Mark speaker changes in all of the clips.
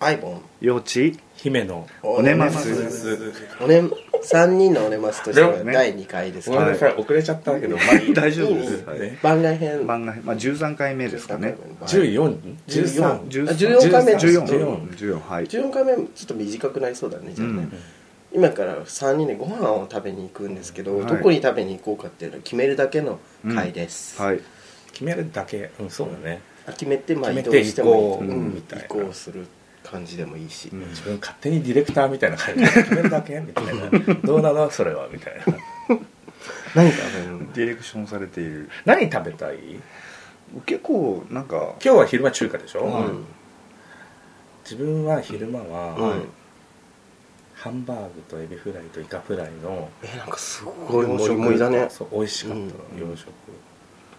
Speaker 1: アイボン
Speaker 2: 幼稚
Speaker 3: 姫の
Speaker 2: おねます
Speaker 1: おね3人のおねますとして
Speaker 2: で
Speaker 1: は
Speaker 2: もね
Speaker 1: 第2回です
Speaker 3: ご
Speaker 1: か
Speaker 3: め
Speaker 1: ら
Speaker 3: んなさい遅れちゃったんだけど
Speaker 2: 大丈夫です、はい
Speaker 3: ね
Speaker 1: 番外編
Speaker 2: 番外まあ、13回目ですかね
Speaker 3: 14 13
Speaker 1: 14あ14回目
Speaker 2: 14
Speaker 3: 14
Speaker 2: 14はい
Speaker 1: 14回目ちょっと短くなりそうだねじ
Speaker 2: う
Speaker 1: ゃあね、
Speaker 2: ん
Speaker 1: 今から3人でご飯を食べに行くんですけど、
Speaker 2: はい
Speaker 1: どこに食べに行こうかっていうのを決めるだけの回です、
Speaker 2: はい
Speaker 3: 決めるだけうんそうだね
Speaker 1: あ決めてまあ移
Speaker 3: 決
Speaker 1: 動
Speaker 3: めて
Speaker 1: してもいい
Speaker 2: 移行
Speaker 1: うん
Speaker 3: みたいな
Speaker 1: 移行する感じでもいいし、
Speaker 2: うん
Speaker 3: 自分勝手にディレクターみたいな感じで決めるだけみたいなどうなのそれはみたい な
Speaker 1: 何食べるの
Speaker 2: ディレクションされている
Speaker 3: 何食べたい
Speaker 2: 結構なんか
Speaker 3: 今日は昼間中華でしょ、
Speaker 2: はい
Speaker 3: 自分は昼間は、
Speaker 1: うんうん
Speaker 3: ハンバーグとエビフライとイカフライの
Speaker 1: えなんかすごい盛り盛りだね
Speaker 3: そう美味しかったの、
Speaker 1: うん
Speaker 3: 洋食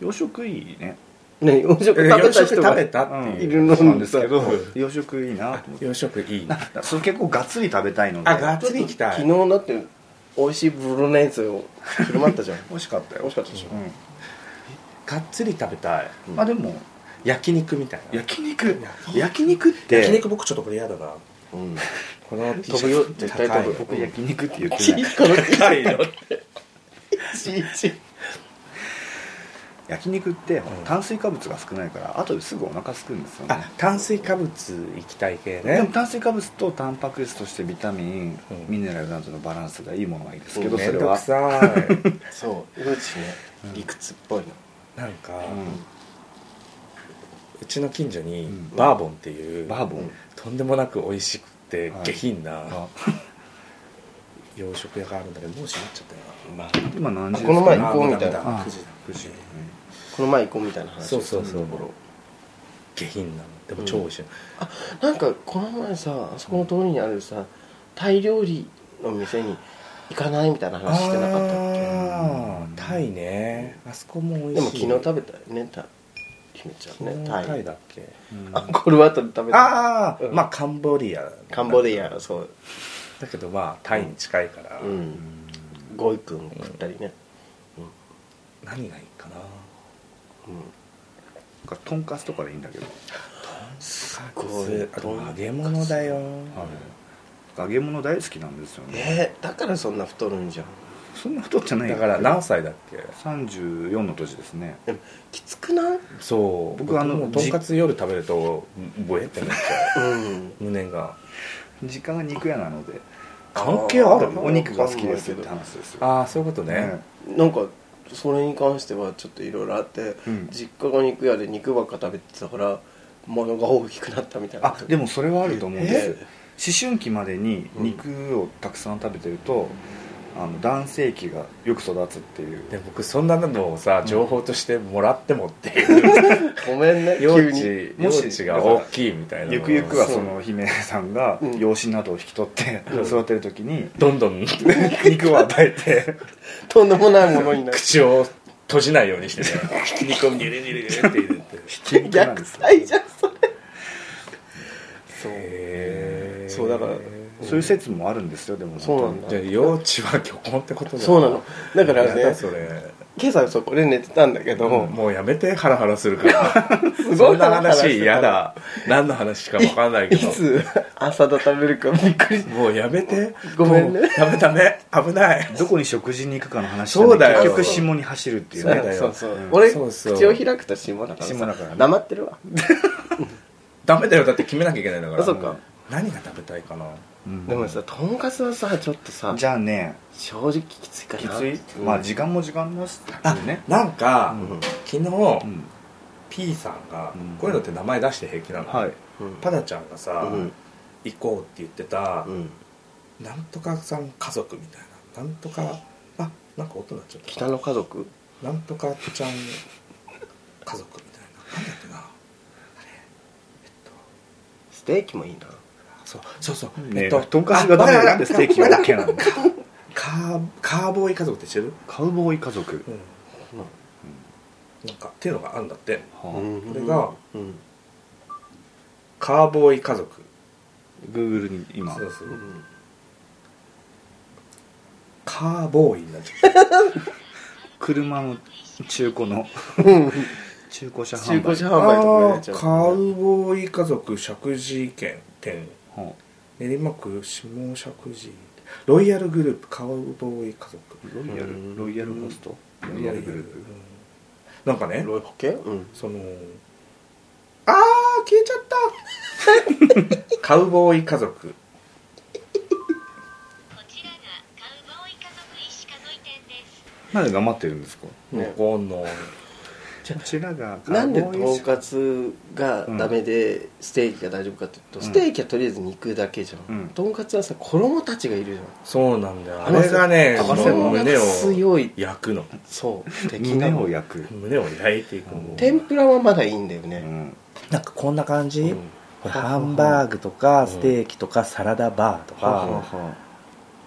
Speaker 2: 洋食いいね
Speaker 1: ね洋食食べ
Speaker 3: え洋
Speaker 1: た
Speaker 3: 食
Speaker 1: 人
Speaker 3: 食べ
Speaker 1: が
Speaker 3: たって
Speaker 2: うん
Speaker 3: い、
Speaker 1: いうるの
Speaker 2: そうなん
Speaker 1: に
Speaker 2: です
Speaker 1: さ
Speaker 2: けど洋食いいなと思って
Speaker 3: 洋食いい
Speaker 2: なだそれ結構がっつり食べたいので
Speaker 3: あがっつり来た
Speaker 1: 昨日だって美味しいブロネーゼを振る舞ったじゃん
Speaker 2: 美味しかったよ
Speaker 1: 美味しかったでしょ
Speaker 2: う
Speaker 3: がっつり食べたい
Speaker 2: んまあでも
Speaker 3: 焼肉みたいな
Speaker 2: 焼肉焼肉って
Speaker 3: 焼肉僕ちょっとこれ嫌だな
Speaker 1: うん
Speaker 3: この T シャ
Speaker 1: 飛
Speaker 3: ツ
Speaker 1: ぶよ絶対飛ぶ
Speaker 3: 高いよ
Speaker 2: 僕焼肉って言っ
Speaker 1: ち
Speaker 2: てない
Speaker 1: この
Speaker 3: 高いよ
Speaker 1: ちち
Speaker 2: 焼肉って炭水化物が少ないからあとですぐお腹すくんですよね
Speaker 3: あ炭水化物いきたい系
Speaker 2: でも
Speaker 3: ね
Speaker 2: 炭水化物とタンパク質としてビタミン、
Speaker 3: うん
Speaker 2: ミネラルなどのバランスがいいものはいいですけど、
Speaker 3: め
Speaker 2: そ
Speaker 3: ん
Speaker 2: れ
Speaker 3: ど
Speaker 2: は
Speaker 3: くさい
Speaker 1: そううちね理屈っぽいの
Speaker 3: なんか、
Speaker 2: う
Speaker 3: うちの近所に
Speaker 2: うん
Speaker 3: バーボンってい
Speaker 2: ん、
Speaker 3: う
Speaker 2: バーボン、
Speaker 1: うん
Speaker 3: とんでもなく美味しくて
Speaker 2: はい
Speaker 3: 下品な
Speaker 2: あ
Speaker 3: 洋食屋があるんだけどもう閉まっちゃったよ
Speaker 1: まあ
Speaker 2: 今何時ですか
Speaker 1: この前
Speaker 3: あ
Speaker 1: 行こうみたいな
Speaker 3: ダメ
Speaker 2: だ
Speaker 1: 9時
Speaker 2: 9時、
Speaker 1: この前行こうみたいな話
Speaker 3: そうそうそう
Speaker 1: をしたとこ
Speaker 3: 下品なのでも超美味しい、
Speaker 1: ろなんかこの前さあそこの通りにあるさタイ料理の店に行かないみたいな話してなかったっけ
Speaker 3: あータイねあそこも美
Speaker 1: でも
Speaker 3: 味し
Speaker 1: 昨
Speaker 3: い
Speaker 1: 日食べたよねタイ姫ちゃんね
Speaker 3: 昨日
Speaker 1: タ
Speaker 3: タ
Speaker 1: イ
Speaker 3: イだっけ
Speaker 2: うん
Speaker 1: あこれは後で食べた
Speaker 3: ああ、
Speaker 1: うん
Speaker 3: まあカンボリア
Speaker 1: カンボジアそう
Speaker 3: だけどまあタイに近いから、
Speaker 1: うんゴイ君食ったりね
Speaker 3: 何がいいかな
Speaker 1: うん
Speaker 2: なんかとんかつとかでいいんだけど、
Speaker 3: す
Speaker 1: ごい
Speaker 3: あと揚げ物だよ、
Speaker 2: 揚げ物大好きなんですよね
Speaker 1: えーだからそんな太るんじゃん
Speaker 2: そんな太っちゃない
Speaker 3: だから何歳だっけ
Speaker 2: 34の年ですね
Speaker 1: でもきつくない
Speaker 3: そう
Speaker 2: 僕あの
Speaker 3: もとんかつ夜食べるとボエってなっちゃ
Speaker 1: うん
Speaker 3: う胸が
Speaker 2: 実家が肉屋なので
Speaker 3: 関係ある
Speaker 1: ー
Speaker 2: お肉が好きですって話ですよ
Speaker 3: ああそういうことね、
Speaker 1: なんかそれに関してはちょっといろいろあって、
Speaker 2: うん
Speaker 1: 実家が肉屋で肉ばっか食べてたから物が大きくなったみたいな
Speaker 2: あでもそれはあると思うんです
Speaker 1: え
Speaker 2: 思春期までに肉をたくさん食べてると、あの男性器がよく育つっていう
Speaker 3: で僕そんなのをさ情報としてもらってもって いう、
Speaker 1: ごめんね
Speaker 3: 幼
Speaker 1: 急に
Speaker 3: 稚
Speaker 2: も
Speaker 3: 幼
Speaker 2: し
Speaker 3: 稚が大きいみたいなのを
Speaker 2: ゆくゆくは
Speaker 1: そう
Speaker 2: その姫さんが
Speaker 1: うん
Speaker 2: 養子などを引き取って
Speaker 3: うん
Speaker 2: 育てる時に
Speaker 3: どんど ん
Speaker 2: 肉を与えて
Speaker 1: とんでもないものに なる
Speaker 3: 口を閉じないようにしてねひき肉をニュルニュルニュルって入れて
Speaker 2: 肉なん
Speaker 1: 虐
Speaker 2: です
Speaker 1: 待じゃんそれそう
Speaker 3: へー
Speaker 1: そうだから
Speaker 2: そういう説もあるんですよでも
Speaker 1: そうなんだ
Speaker 3: じゃあ幼稚は虚婚ってことだ
Speaker 1: そうなのだから
Speaker 3: やだ
Speaker 1: ね
Speaker 3: それ
Speaker 1: 今朝そこで寝てたんだけど、
Speaker 3: もうやめてハラハラ するから
Speaker 1: す
Speaker 3: そ
Speaker 1: ごい
Speaker 3: んな
Speaker 1: 話
Speaker 3: 話
Speaker 1: してた
Speaker 3: 嫌だ何の話か分かんないけ
Speaker 1: い
Speaker 3: ど
Speaker 1: つ朝だ食べるかびっくりし
Speaker 3: もうやめて
Speaker 1: ごめんね
Speaker 3: もうダメダメ危ない
Speaker 2: どこに食事に行くかの話で
Speaker 3: そうだよ
Speaker 2: 結局下に走るっていう
Speaker 1: そう
Speaker 3: だ
Speaker 2: ね
Speaker 3: よ
Speaker 1: そうそう、
Speaker 2: うん
Speaker 1: 俺
Speaker 3: そうそう
Speaker 1: 口を開くと下だからさ
Speaker 2: 下だからね
Speaker 1: 黙ってるわ
Speaker 3: ダメだよだって決めなきゃいけないんだから
Speaker 1: あそっか
Speaker 3: 何が食べたいかな
Speaker 2: うん
Speaker 1: でもさとんかつはさちょっとさ
Speaker 2: じゃあね
Speaker 1: 正直きついかな
Speaker 2: きつい
Speaker 1: うん
Speaker 2: まあ時間も時間だし
Speaker 3: あ
Speaker 2: ね
Speaker 3: なんか、
Speaker 1: うん
Speaker 3: 昨日、
Speaker 2: うん
Speaker 3: P さんが、
Speaker 2: うん
Speaker 3: こういうのって名前出して平気なの、
Speaker 2: はい
Speaker 1: うん
Speaker 3: パダちゃんがさ、
Speaker 1: うん
Speaker 3: 行こうって言ってた、
Speaker 1: うん
Speaker 3: なんとかさん家族みたいななんとかあなんか音鳴っちゃった
Speaker 1: 北の家族
Speaker 3: なんとかちゃん家族みたいななんだっけなあれえっと
Speaker 1: ステーキもいいな
Speaker 3: そうそうそう、
Speaker 2: ね
Speaker 3: えっと
Speaker 2: とんかつがダメ
Speaker 3: あわか
Speaker 2: なん
Speaker 3: っ
Speaker 2: で
Speaker 3: た
Speaker 2: ステーキ
Speaker 3: わ
Speaker 2: は
Speaker 3: かった
Speaker 2: OK なの
Speaker 3: カーカーボーイ家族って知ってる、
Speaker 2: カウボーイ家族
Speaker 3: う
Speaker 1: うん
Speaker 3: ん、なんかっていうのがあるんだって
Speaker 2: は
Speaker 3: これが
Speaker 1: うん
Speaker 3: カーボーイ家族
Speaker 2: あ Google に今
Speaker 3: そうそううんカーボーイになっちゃった
Speaker 2: 車の中古の 中古車販売
Speaker 1: 中古車販売とかにな
Speaker 3: あ
Speaker 1: っちゃ
Speaker 3: ー
Speaker 1: う
Speaker 3: カウボーイ家族石神井県
Speaker 4: 店
Speaker 2: ほ
Speaker 4: 練馬区下石神ロイヤルグループカウボーイ家族
Speaker 2: うロイヤ
Speaker 1: うん
Speaker 2: ルロイヤルホストロイヤルグルー
Speaker 4: うん
Speaker 2: プ
Speaker 4: なんかね
Speaker 1: ロイホケうん
Speaker 4: そのあー消えちゃっ たカウボーイ家族
Speaker 5: こちらがカウボーイ家族石数え店です。
Speaker 2: なんで黙ってるんですか
Speaker 1: ね
Speaker 4: わかんない
Speaker 2: こちらが
Speaker 1: なんで
Speaker 2: カウボ
Speaker 1: と
Speaker 2: ー
Speaker 1: ん
Speaker 2: イ
Speaker 1: かつがダメでステーキが大丈夫かっていうと、
Speaker 2: うん
Speaker 1: ステーキはとりあえず肉だけじゃん、
Speaker 2: うん
Speaker 1: とんかつはさ衣たちがいるじゃん
Speaker 4: そうなんだよあ
Speaker 1: 合わ
Speaker 4: れ
Speaker 1: せ
Speaker 4: がね
Speaker 1: 合わせるのが
Speaker 4: 胸を
Speaker 1: 強い
Speaker 4: 焼くの
Speaker 1: そう的な
Speaker 2: 胸を焼く、
Speaker 4: 胸を焼いていくの
Speaker 1: 天ぷらはまだいいんだよ
Speaker 2: う
Speaker 1: ね、
Speaker 2: ん、
Speaker 3: なんかこんな感じ、
Speaker 4: うん
Speaker 3: ほらハンバーグとかステーキとかサラダバーと
Speaker 2: は
Speaker 3: か、
Speaker 2: あは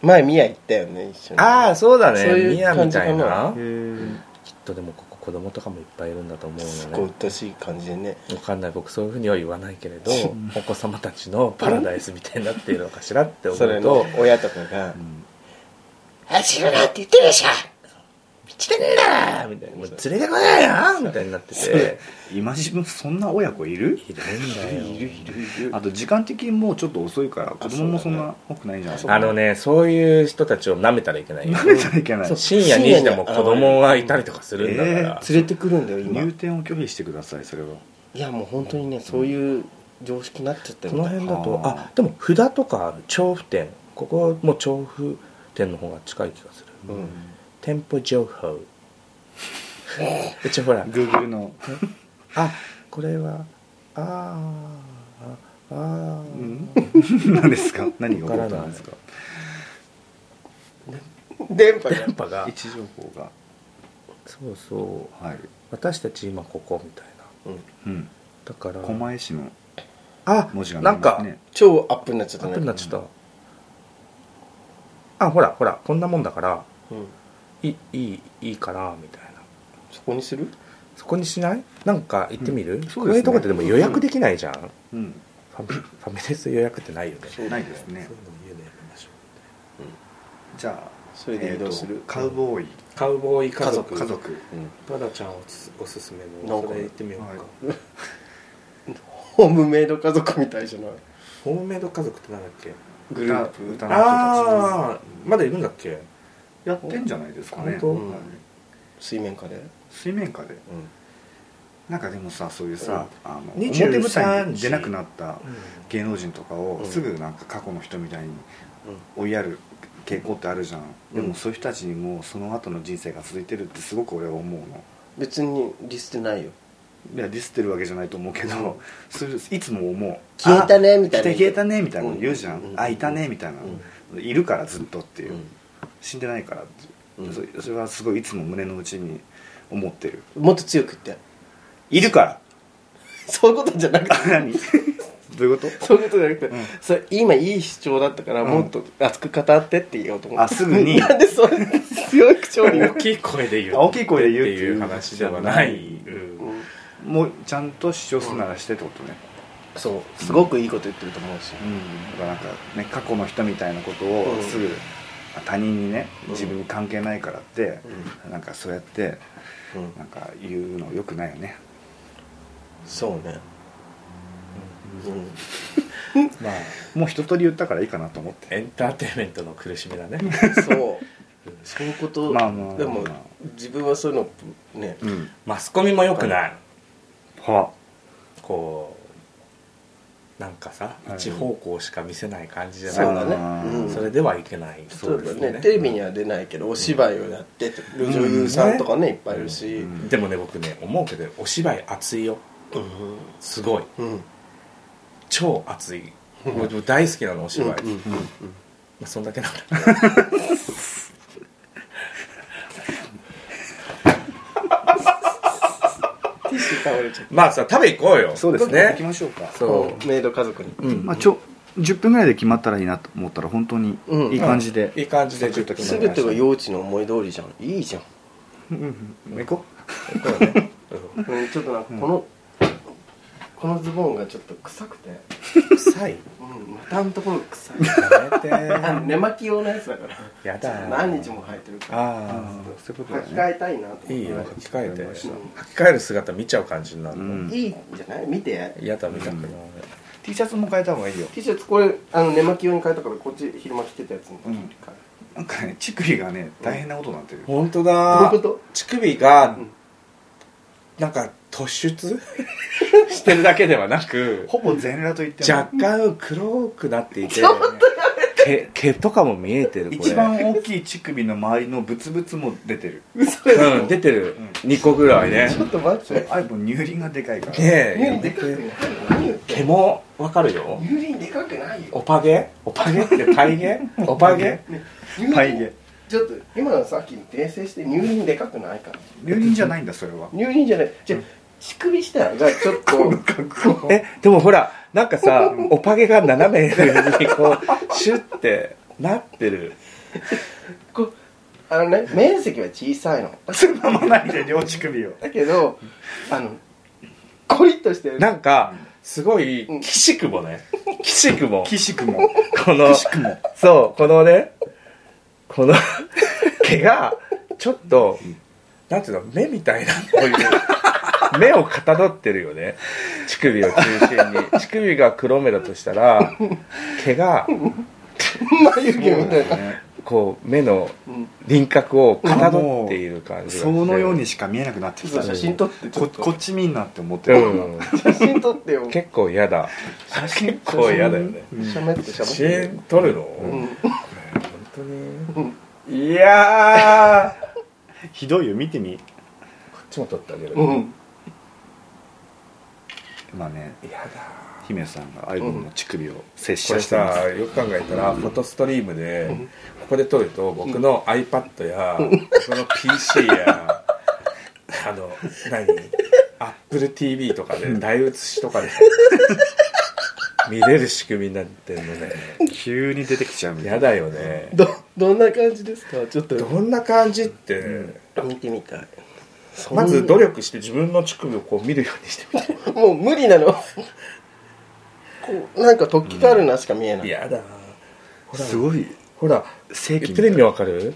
Speaker 1: 前宮行ったよね一緒に
Speaker 3: ああそうだね
Speaker 1: そういう
Speaker 3: 宮
Speaker 1: 感
Speaker 3: み
Speaker 1: じか
Speaker 3: た
Speaker 1: ない
Speaker 3: な
Speaker 2: あへえ
Speaker 3: きっとでもここ子供とかもいっぱいいるんだと思う
Speaker 1: すごい
Speaker 3: の
Speaker 1: 鬱
Speaker 3: ね
Speaker 1: 陶しい感じでね
Speaker 3: わかんない僕そういうふうには言わないけれどお子様たちのパラダイスみたいになっているのかしらって思
Speaker 1: それ
Speaker 3: うと
Speaker 1: の親とかが「走るなって言ってるでしょ!」
Speaker 3: してんだみたいなもう連れてこないよみたいになってて
Speaker 2: 今自分そんな親子いる
Speaker 3: いるんだよ
Speaker 1: いるいるいる
Speaker 2: あと時間的にもうちょっと遅いから子供もそんな多くないんじゃないですか
Speaker 3: あのねそういう人たちを舐めたらいけないよ
Speaker 2: 慣れちゃいけない
Speaker 1: そう
Speaker 3: 深夜2時でも子供がいたりとかするんだから、
Speaker 1: 連れてくるんだよ今
Speaker 2: 入店を拒否してくださいそれはい
Speaker 1: やもう本当にねそういう常識になっちゃってる
Speaker 3: この辺だと
Speaker 2: あ
Speaker 3: あでも札とかある調布店ここも調布店の方が近い気がする
Speaker 1: うん
Speaker 3: 店舗 情報うちほら
Speaker 2: Google の
Speaker 3: あこれはあーああ
Speaker 2: ん
Speaker 3: ー
Speaker 2: 何ですか何が起こったんですか
Speaker 1: 電波が
Speaker 3: 電波が
Speaker 2: 位置情報が
Speaker 3: そうそう
Speaker 2: はい、
Speaker 3: 私たち今ここみたいな
Speaker 2: うん、
Speaker 3: だから
Speaker 2: 狛江市の
Speaker 3: あ
Speaker 2: 文字が見え
Speaker 3: な
Speaker 2: ま
Speaker 3: んか
Speaker 2: すね
Speaker 1: 超アップになっちゃっ
Speaker 3: ア
Speaker 1: た
Speaker 3: ッ
Speaker 1: ね
Speaker 3: プになっちゃった、あほらほらこんなもんだから
Speaker 1: うん
Speaker 3: いいいいいいからみたいな
Speaker 1: そこにする
Speaker 3: そこにしないなんか行ってみる、
Speaker 2: うんそ
Speaker 3: こ
Speaker 2: うで
Speaker 3: う
Speaker 2: すね
Speaker 3: いうとこってでも予約できないじゃん、フ
Speaker 2: うん
Speaker 3: ァミファミレス予約ってないよね
Speaker 2: ないですね
Speaker 4: そういうのも家でやりましょう
Speaker 2: じゃあ
Speaker 1: それで移動する
Speaker 2: えーとカウボーイ
Speaker 4: カウボーイ家
Speaker 2: 家
Speaker 4: 族
Speaker 2: 族家族
Speaker 4: まだちゃんおすおすすめ
Speaker 1: な
Speaker 4: の
Speaker 1: んか
Speaker 4: それ行ってみようか、
Speaker 1: ホームメイド家族みたいじゃない
Speaker 4: ホームメイド家族ってなんだっけ
Speaker 1: グループ
Speaker 2: 歌歌の人たち
Speaker 4: ああまだいるんだっけ
Speaker 2: やってんじゃないですかね
Speaker 4: 本当
Speaker 2: はい
Speaker 1: 水面下で
Speaker 2: 水面下でなんかでもさそういうさ、あの
Speaker 4: 23
Speaker 2: 表舞台に出なくなった
Speaker 4: う
Speaker 2: 芸能人とかを
Speaker 1: うん
Speaker 2: すぐなんか過去の人みたいに追いやる傾向ってあるじゃん、でもそういう人たちにもその後の人生が続いてるってすごく俺は思うの
Speaker 1: 別にリスってないよ
Speaker 2: いやディスってるわけじゃないと思うけど、
Speaker 1: うん
Speaker 2: それいつも思う
Speaker 1: 消えたねみたいな
Speaker 2: あ消えたねみたいなの言うじゃん、
Speaker 1: うん
Speaker 2: あいたねみたいな、いるからずっとっていう、死んでないからっていう
Speaker 1: うん
Speaker 2: それそれはすごいいつも胸の内に思ってる
Speaker 1: もっと強く言って
Speaker 2: いるから
Speaker 1: そういうことじゃなくて
Speaker 2: 何どういうこと
Speaker 1: そういうことじゃなくて、
Speaker 2: うん
Speaker 1: それ今いい主張だったから
Speaker 2: うん
Speaker 1: もっと熱く語ってって言おうと思って、
Speaker 2: あすぐ に
Speaker 1: なんでそれ強い口調に言
Speaker 4: ん大
Speaker 1: う
Speaker 4: きい声で言う
Speaker 2: あ大きい声で言う
Speaker 4: っ
Speaker 2: ってて
Speaker 4: い
Speaker 2: いうう
Speaker 4: 話ではない、うん
Speaker 1: うん
Speaker 2: もうちゃんと主張するならしてってことね、
Speaker 1: そうすごくいいこと言ってると思うし、
Speaker 2: だからなんかね過去の人みたいなことをすぐ、あ他人にね自分に関係ないからって、なんかそうやって
Speaker 1: うん
Speaker 2: なんか言うのよくないよね
Speaker 1: そうねうん
Speaker 3: まあ
Speaker 2: もう一通り言ったからいいかなと思って
Speaker 3: エンターテインメントの苦しみだね
Speaker 1: そうそういうこと、
Speaker 2: まあまあまあ
Speaker 1: でも自分はそういうのね
Speaker 2: うん
Speaker 3: マスコミもよくない
Speaker 2: は
Speaker 3: こうなんかさ
Speaker 2: はい
Speaker 3: 一方向しか見せない感じじゃ
Speaker 1: そ
Speaker 3: な
Speaker 1: う
Speaker 3: い
Speaker 1: だね、
Speaker 2: う
Speaker 1: うんん、
Speaker 3: それではいけない
Speaker 1: そうだねテレビには出ないけどお芝居をやってて女優さんとかねいっぱいいるし
Speaker 2: うん
Speaker 3: でもね僕ね思うけどお芝居熱いよ
Speaker 1: うん
Speaker 3: すごい
Speaker 1: うん
Speaker 3: 超熱い僕僕大好きなのお芝居、
Speaker 1: うんうん
Speaker 3: まあ、そんだけなんだ
Speaker 1: ティッシュ倒れちゃっ
Speaker 3: まあさ食べ行こうよ
Speaker 2: そうですね行き
Speaker 3: ね
Speaker 2: ましょうか
Speaker 1: た
Speaker 3: そ
Speaker 1: メイド家族に
Speaker 3: う、うん
Speaker 2: まあちょ10分ぐらいで決まったらいいなと思ったら本当に
Speaker 1: うん
Speaker 2: いい感じで、
Speaker 3: いい感じでちょっと決
Speaker 1: 全
Speaker 3: まりま
Speaker 1: て
Speaker 3: した
Speaker 1: が幼稚の思い通りじゃんいいじゃん
Speaker 2: うん行こ
Speaker 3: そうだね
Speaker 1: うんちょっとなんかこの、このズボンがちょっと臭くて、
Speaker 3: 臭い
Speaker 1: うん、股のところが臭い
Speaker 3: や
Speaker 1: あ寝巻き用のやつだから
Speaker 3: めてやだ
Speaker 1: 何日も履いてるから
Speaker 3: あ
Speaker 2: う、そういうこと
Speaker 1: 履き
Speaker 2: だ
Speaker 1: 替
Speaker 2: ね
Speaker 1: えたいなと
Speaker 3: あいいよ
Speaker 1: 思
Speaker 3: 履
Speaker 1: って
Speaker 3: き替えて
Speaker 2: わかりまし
Speaker 3: 履
Speaker 2: た
Speaker 3: き替える姿見ちゃう感じになる
Speaker 2: う
Speaker 3: の
Speaker 2: ん
Speaker 1: いいんじゃない見て
Speaker 3: やだ見たくない、
Speaker 2: うん T シャツも変えた方がいいよ
Speaker 1: T シャツこれあの寝巻き用に変えたからこっち昼間着てたやつに
Speaker 2: うんなんかね乳首がね大変なことになってる、
Speaker 4: 本当
Speaker 1: ど
Speaker 4: だ
Speaker 1: ういうこと
Speaker 4: 乳首が
Speaker 1: うん
Speaker 4: なんか突出
Speaker 3: してるだけではなく
Speaker 2: ほぼ全裸と言っても
Speaker 4: 若干黒くなっていて
Speaker 3: 毛毛とかも見えてるこれ
Speaker 2: 一番大きい乳首の周りのブツブツも出てる
Speaker 1: 嘘ですよ、
Speaker 3: うん出てる
Speaker 2: うん
Speaker 3: 2個ぐらいね
Speaker 1: ちょっと待っ
Speaker 2: それ
Speaker 1: て
Speaker 2: iPhone 乳輪がでかいから、
Speaker 3: ね
Speaker 1: でかくない
Speaker 3: え毛もわかるよ
Speaker 1: 乳輪でかくないよ
Speaker 3: おぱげおぱ げって体毛おぱげ
Speaker 1: 乳輪
Speaker 2: パイ毛
Speaker 1: ちょっと今のさっきに訂正して乳輪でかくないから
Speaker 2: 乳輪じゃないんだそれ は
Speaker 1: 乳輪じゃないじゃあ乳首自体がちょっ と
Speaker 3: えでもほらなんかさおぱげが斜め上にこうシュッてなってる
Speaker 1: こうあのね面積は小さいの
Speaker 2: つままないで両乳首を
Speaker 1: だけどあのコリッとしてる
Speaker 3: なんかすごい
Speaker 1: うん
Speaker 3: 岸くもね岸くも
Speaker 2: 岸く も
Speaker 3: この
Speaker 2: 岸くも
Speaker 3: そうこのねこの毛がちょっとなんていうの目みたいなこういう目をかたどってるよね乳首を中心に乳首が黒目だとしたら毛が
Speaker 1: 眉毛み
Speaker 2: そう
Speaker 1: たい
Speaker 2: だ
Speaker 1: な、
Speaker 2: ね
Speaker 3: こう目の
Speaker 1: うん
Speaker 3: 輪郭をかたどっている感じがして
Speaker 2: そのようにしか見えなくなって
Speaker 1: ちょ
Speaker 2: き
Speaker 1: っと
Speaker 2: た
Speaker 1: 写真撮ってちょ
Speaker 2: こ
Speaker 1: っと
Speaker 2: こっち見んなって思って
Speaker 3: う
Speaker 2: る、
Speaker 3: ん
Speaker 1: 写真撮ってよ
Speaker 3: 結構嫌だ
Speaker 2: 写真結
Speaker 3: 構嫌だよね
Speaker 1: しゃべってしゃべっ
Speaker 3: 支
Speaker 1: て
Speaker 3: 援取るの、
Speaker 1: う
Speaker 3: 本
Speaker 1: ん
Speaker 3: 当
Speaker 1: うん
Speaker 3: にいやーこ
Speaker 2: ひどいよ見てみ
Speaker 3: っちも取ってあげる、
Speaker 1: うん
Speaker 2: まあね
Speaker 3: 嫌だ
Speaker 2: 姫さんが iPhone の乳首を接
Speaker 3: こ
Speaker 2: 写
Speaker 3: れ
Speaker 2: してます、
Speaker 3: さよく考えたらフォトストリームでここで撮ると僕の iPad や僕の PC や あの何 AppleTV とかで大写しと かで見れる仕組みになってるのね
Speaker 2: 急に出てきちゃうみた
Speaker 3: 嫌
Speaker 2: いな
Speaker 3: だよね
Speaker 1: どどんな感じですかちょっと
Speaker 3: どんな感じって、
Speaker 1: 見てみたい
Speaker 3: まず努力して自分の乳首をこう見るようにしてみ て
Speaker 1: もう無理なのこうなんか突起があるなしか見えない、
Speaker 3: 嫌だほら
Speaker 2: すごい
Speaker 3: ほら
Speaker 2: 正規
Speaker 3: 言ってる意味わかる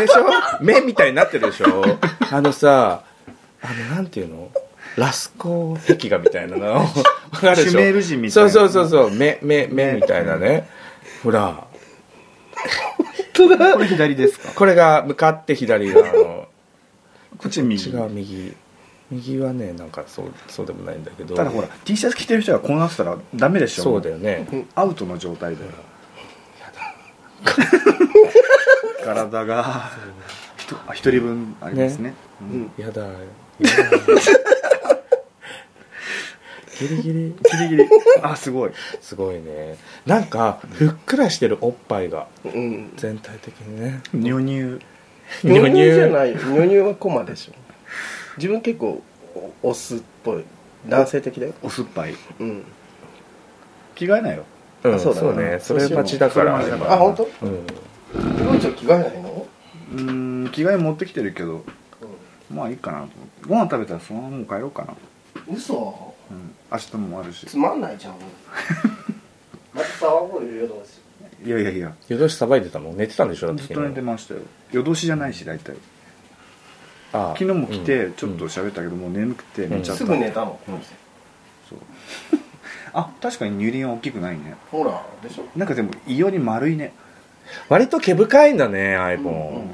Speaker 3: でしょ目みたいになってるでしょあのさあのなんていうのラスコ壁画みたいなのわかるでしょ
Speaker 2: シュメール人みたいな
Speaker 3: そうそうそうそう目目目みたいなねほら
Speaker 2: これ左ですか
Speaker 3: これが向かって左があの
Speaker 2: こっち右
Speaker 3: 違う右右はねなんかそうそうでもないんだけど
Speaker 2: ただほら T シャツ着てる人がこうなってたらダメでしょ
Speaker 3: そうだよね
Speaker 2: アウトの状態で体がひとあ一人分ありますねうん
Speaker 3: やだやだギリギリ
Speaker 2: ギリギリあすごい
Speaker 3: すごいねなんかふっくらしてるおっぱいが
Speaker 1: うん
Speaker 3: 全体的にね
Speaker 2: ニョニュ
Speaker 1: 乳乳じゃないよ乳乳はコマでしょ自分結構オスっぽい男性的だよ
Speaker 2: お酸っぱい
Speaker 1: うん
Speaker 2: 着替えなよ
Speaker 3: う
Speaker 1: あ
Speaker 3: ん、
Speaker 1: そ
Speaker 3: そうう
Speaker 1: だ
Speaker 3: だ
Speaker 1: ね
Speaker 3: ねそれ待ちだから
Speaker 2: それ待ちだから
Speaker 1: あ本当？
Speaker 3: うん、
Speaker 1: 料理長着替えないの
Speaker 2: うーん着替え持ってきてるけどまあいいかなと思ってご飯食べたらそのままもう帰ろうかな
Speaker 1: 嘘
Speaker 2: うん明日もあるし
Speaker 1: つまんないじゃんまた騒ごうよどうし
Speaker 2: いやいやいや
Speaker 3: 夜通しさばいてたもん寝てたんでしょだ
Speaker 2: ずっと寝てましたよ夜通しじゃないし大体
Speaker 3: ああ
Speaker 2: 昨日も来て
Speaker 3: うん
Speaker 2: ちょっと喋ったけどもう眠くて寝ちゃった
Speaker 1: すぐ寝たの、
Speaker 2: そうあ確かに乳輪は大きくないね
Speaker 1: ほらでしょ
Speaker 2: なんかでも異様に丸いね、
Speaker 3: 割と毛深いんだねアイボン、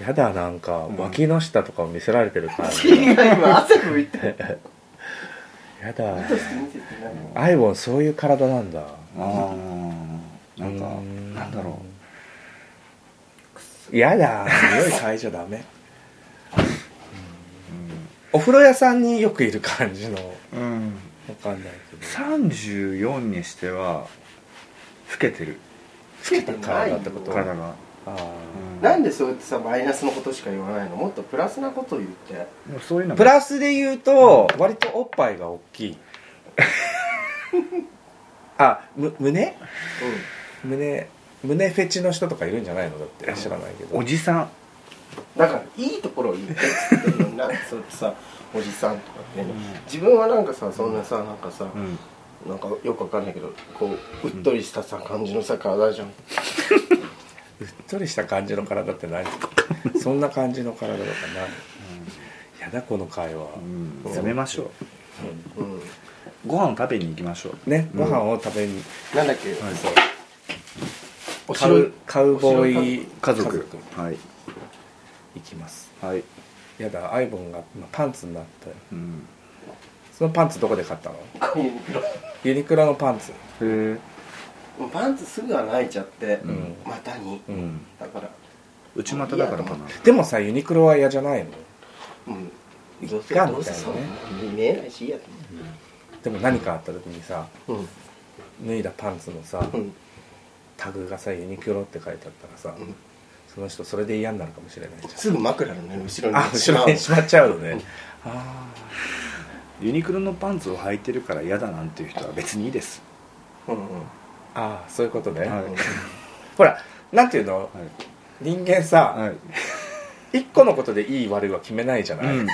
Speaker 1: う
Speaker 3: やだなんか
Speaker 2: ん
Speaker 3: 脇の下とかを見せられてる感じ、
Speaker 1: 違う今汗拭いて見せ
Speaker 3: やだ
Speaker 1: て見せてない
Speaker 3: アイボンそういう体なんだ
Speaker 2: ああなんか
Speaker 3: うん
Speaker 2: なんだろ
Speaker 3: やだ匂い嗅いじゃダメ、うんお風呂屋さんによくいる感じのわ
Speaker 2: う、うん、
Speaker 3: かんないけど
Speaker 2: 34にしては老けてる
Speaker 1: つけてないよ
Speaker 3: ってこと
Speaker 2: 体が、
Speaker 3: あ
Speaker 2: うん
Speaker 1: なんでそうやってさマイナスのことしか言わないのもっとプラスなこと言って
Speaker 2: でもそういうのが
Speaker 3: あプラスで言うと割とおっぱいが大き いあむ胸胸胸フェチの人とかいるんじゃないのだって知らないけど
Speaker 2: おじさん
Speaker 1: だからいいところを言ってっつってんのになんで そうやってさおじさんとかって、自分はなんかさそんなさなんかさ、
Speaker 2: うん
Speaker 1: なんかよくわかんないけどこううっとりしたさ感じのさ体じゃん
Speaker 3: うっとりした感じの体って何 そんな感じの体とかなやだこの会話
Speaker 2: うんやめましょう
Speaker 1: うん
Speaker 2: ご飯を食べに行きましょう
Speaker 3: ねご飯を食べに、
Speaker 1: なんだっけ
Speaker 2: はい
Speaker 3: そう
Speaker 1: お
Speaker 3: カ
Speaker 1: 城
Speaker 3: ウカウボーイ
Speaker 2: 家族はい
Speaker 3: 行きます
Speaker 2: はい、
Speaker 3: やだアイボンが今パンツになったよ
Speaker 2: うん、
Speaker 3: そのパンツどこで買ったの
Speaker 1: こういうの
Speaker 3: ユニクロのパンツ
Speaker 2: へえ
Speaker 1: もうパンツすぐは泣いちゃって、
Speaker 3: ん
Speaker 1: またに、
Speaker 3: うん
Speaker 1: だから
Speaker 2: 内股だからかな
Speaker 3: でもさユニクロは嫌じゃないの
Speaker 1: うんどうせ
Speaker 3: いかん
Speaker 1: どうせそう
Speaker 3: みたい
Speaker 1: 見えないしいいや
Speaker 3: でも何かあった時にさ
Speaker 1: と思う
Speaker 3: 脱いだパンツのさ、
Speaker 1: うんうん
Speaker 3: タグがさユニクロって書いてあったらさ、
Speaker 1: ん
Speaker 3: その人それで嫌になるかもしれないじゃん
Speaker 1: すぐ枕のね後ろに
Speaker 3: あ後ろにしまっちゃうのね、あ
Speaker 2: ユニクロのパンツを履いてるから嫌だなんていう人は別にいいです
Speaker 1: うんうん
Speaker 3: ーあーそういうことね、
Speaker 2: はい
Speaker 3: ほらなんていうの
Speaker 2: はい
Speaker 3: 人間さ、
Speaker 2: はい
Speaker 3: 一個のことでいい悪いは決めないじゃない、
Speaker 2: うん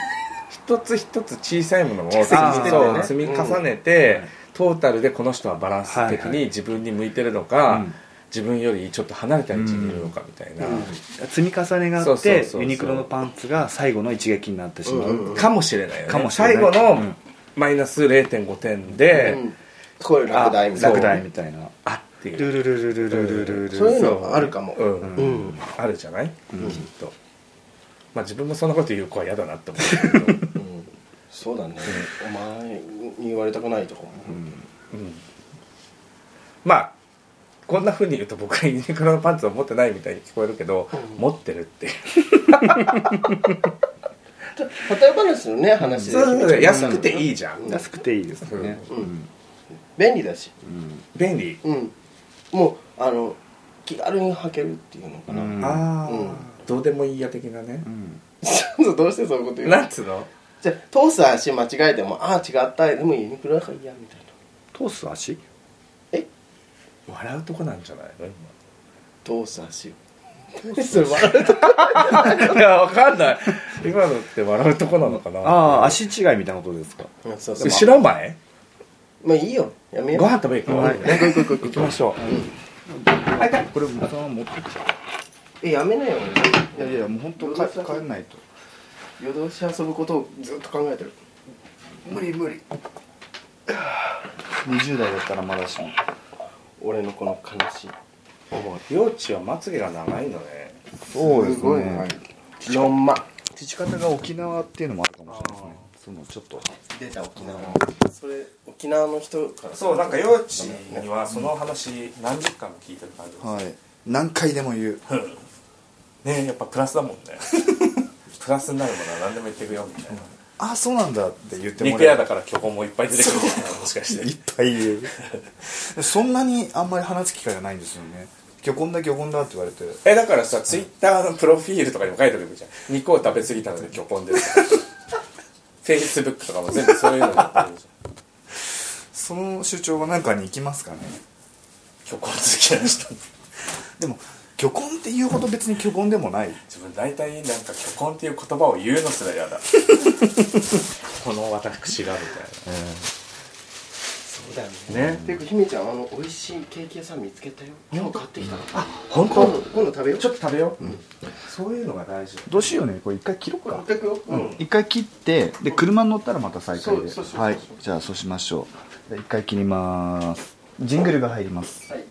Speaker 3: 一つ一つ小さいものを積
Speaker 2: 小
Speaker 3: み
Speaker 2: さくしてってね
Speaker 3: そう積み重ねて、トータルでこの人はバランス的
Speaker 2: はいは
Speaker 3: に
Speaker 2: い
Speaker 3: 自分に向いてるのか、
Speaker 2: うん
Speaker 3: 自分よりちょっと離れた位置にいるのかみたいな、
Speaker 2: 積み重ねが
Speaker 3: そ
Speaker 2: あ
Speaker 3: う
Speaker 2: っ
Speaker 3: そうそう
Speaker 2: て
Speaker 3: そう
Speaker 2: ユニクロのパンツが最後の一撃になってしまう、
Speaker 1: うんうん
Speaker 3: かもしれないよね
Speaker 2: かもしれない
Speaker 3: 最後の、
Speaker 2: うん
Speaker 3: マイナス0.5点で、
Speaker 1: うんこういう落第みたい
Speaker 2: 落
Speaker 1: な
Speaker 2: 第みたいな
Speaker 3: あっていう
Speaker 2: ルルルルルルルルル
Speaker 1: そういうのあるかも
Speaker 3: うん
Speaker 1: うん
Speaker 3: あるじゃない、
Speaker 2: ん
Speaker 3: きっとまあ自分もそんなこと言う子は嫌だなって思うけど、
Speaker 1: うんそうだねお前に言われたくないとかも
Speaker 3: うんまあこんなふうに言うと僕はユニクロのパンツを持ってないみたいに聞こえるけど、持ってるっていう
Speaker 1: 例え話のね話で
Speaker 3: 安くていいじゃん、
Speaker 2: 安くていいですね、
Speaker 1: うん
Speaker 2: うん
Speaker 1: 便利だし
Speaker 3: 便利、
Speaker 1: うんもうあの気軽に履けるっていうのかな、
Speaker 2: うん
Speaker 3: ああ、
Speaker 1: うん
Speaker 3: どうでもいいや的なね
Speaker 2: う、ん
Speaker 1: ちょっとどうしてそういうこと言うの
Speaker 3: なんつうの
Speaker 1: じゃあ通す足間違えてもああ違ったでもユニクロだからいいやみたいな
Speaker 2: 通す足
Speaker 3: 笑うとこなんじゃないの
Speaker 1: 通す足をそれ笑うと
Speaker 3: 今いやわかんない今のって笑うとこなのかな
Speaker 2: ああ足違いみたいなことですか
Speaker 1: そうそう
Speaker 3: 後ろ前
Speaker 1: まあいいよやめよう
Speaker 3: ご飯食べ行こう、
Speaker 2: はい
Speaker 3: ね
Speaker 1: 行こう行こう行こう
Speaker 3: 行きましょう、
Speaker 2: これもそのまま持ってきちゃ
Speaker 1: えやめなよ
Speaker 2: ういやいやもう本当帰帰んないと
Speaker 1: 夜通し遊ぶことをずっと考えてる無理無理
Speaker 2: 20代だったらまだしも
Speaker 1: 俺のこの悲しい思い
Speaker 3: 幼稚はまつげが長いのね
Speaker 2: そうです
Speaker 1: すごい
Speaker 2: ね
Speaker 1: ねロンマ
Speaker 2: 父方が沖縄っていうのもあるかもしれないですねそのちょっと
Speaker 1: 出た沖縄それ沖縄の人から
Speaker 3: そうなんか幼稚にはその話何十回も聞いてる感じです、
Speaker 2: はい何回でも言う
Speaker 3: ねやっぱプラス だもんねプラスになるものは何でも言ってくよみたいな
Speaker 2: あそうなんだって言っても
Speaker 3: 肉
Speaker 2: らえ
Speaker 3: 屋
Speaker 2: る
Speaker 3: だから虚構もいっぱい出てくるんじゃないもしかして
Speaker 2: いっぱい言うそんなにあんまり話す機会がないんですよね虚婚だ虚婚だって言われて
Speaker 3: えだからさツイッターのプロフィールとかにも書いてあるじゃん肉を食べ過ぎたので虚 婚ですフェイスブックとかも全部そういうのになってるじゃん
Speaker 2: その主張は何かに行きますかね
Speaker 3: 虚婚好きな人
Speaker 2: でも虚婚っていうほど別に虚婚でもない
Speaker 3: 自分大体なんか虚婚っていう言葉を言うのすら嫌だこの私がみたい
Speaker 1: そうだよね
Speaker 3: なね
Speaker 1: ていうか姫ちゃんあの美味しいケーキ屋さん見つけたよ今日買ってきたから
Speaker 3: 本
Speaker 1: 今度今度食べよう
Speaker 3: ちょっと食べよう、そういうのが大事
Speaker 2: どうしようねこれ一回切ろう
Speaker 1: 持ってくようん
Speaker 2: 一回切ってで車に乗ったらまた再
Speaker 1: 開でそうそうそうそうはい
Speaker 2: じゃあそうしましょう一回切りますジングルが入ります
Speaker 1: はい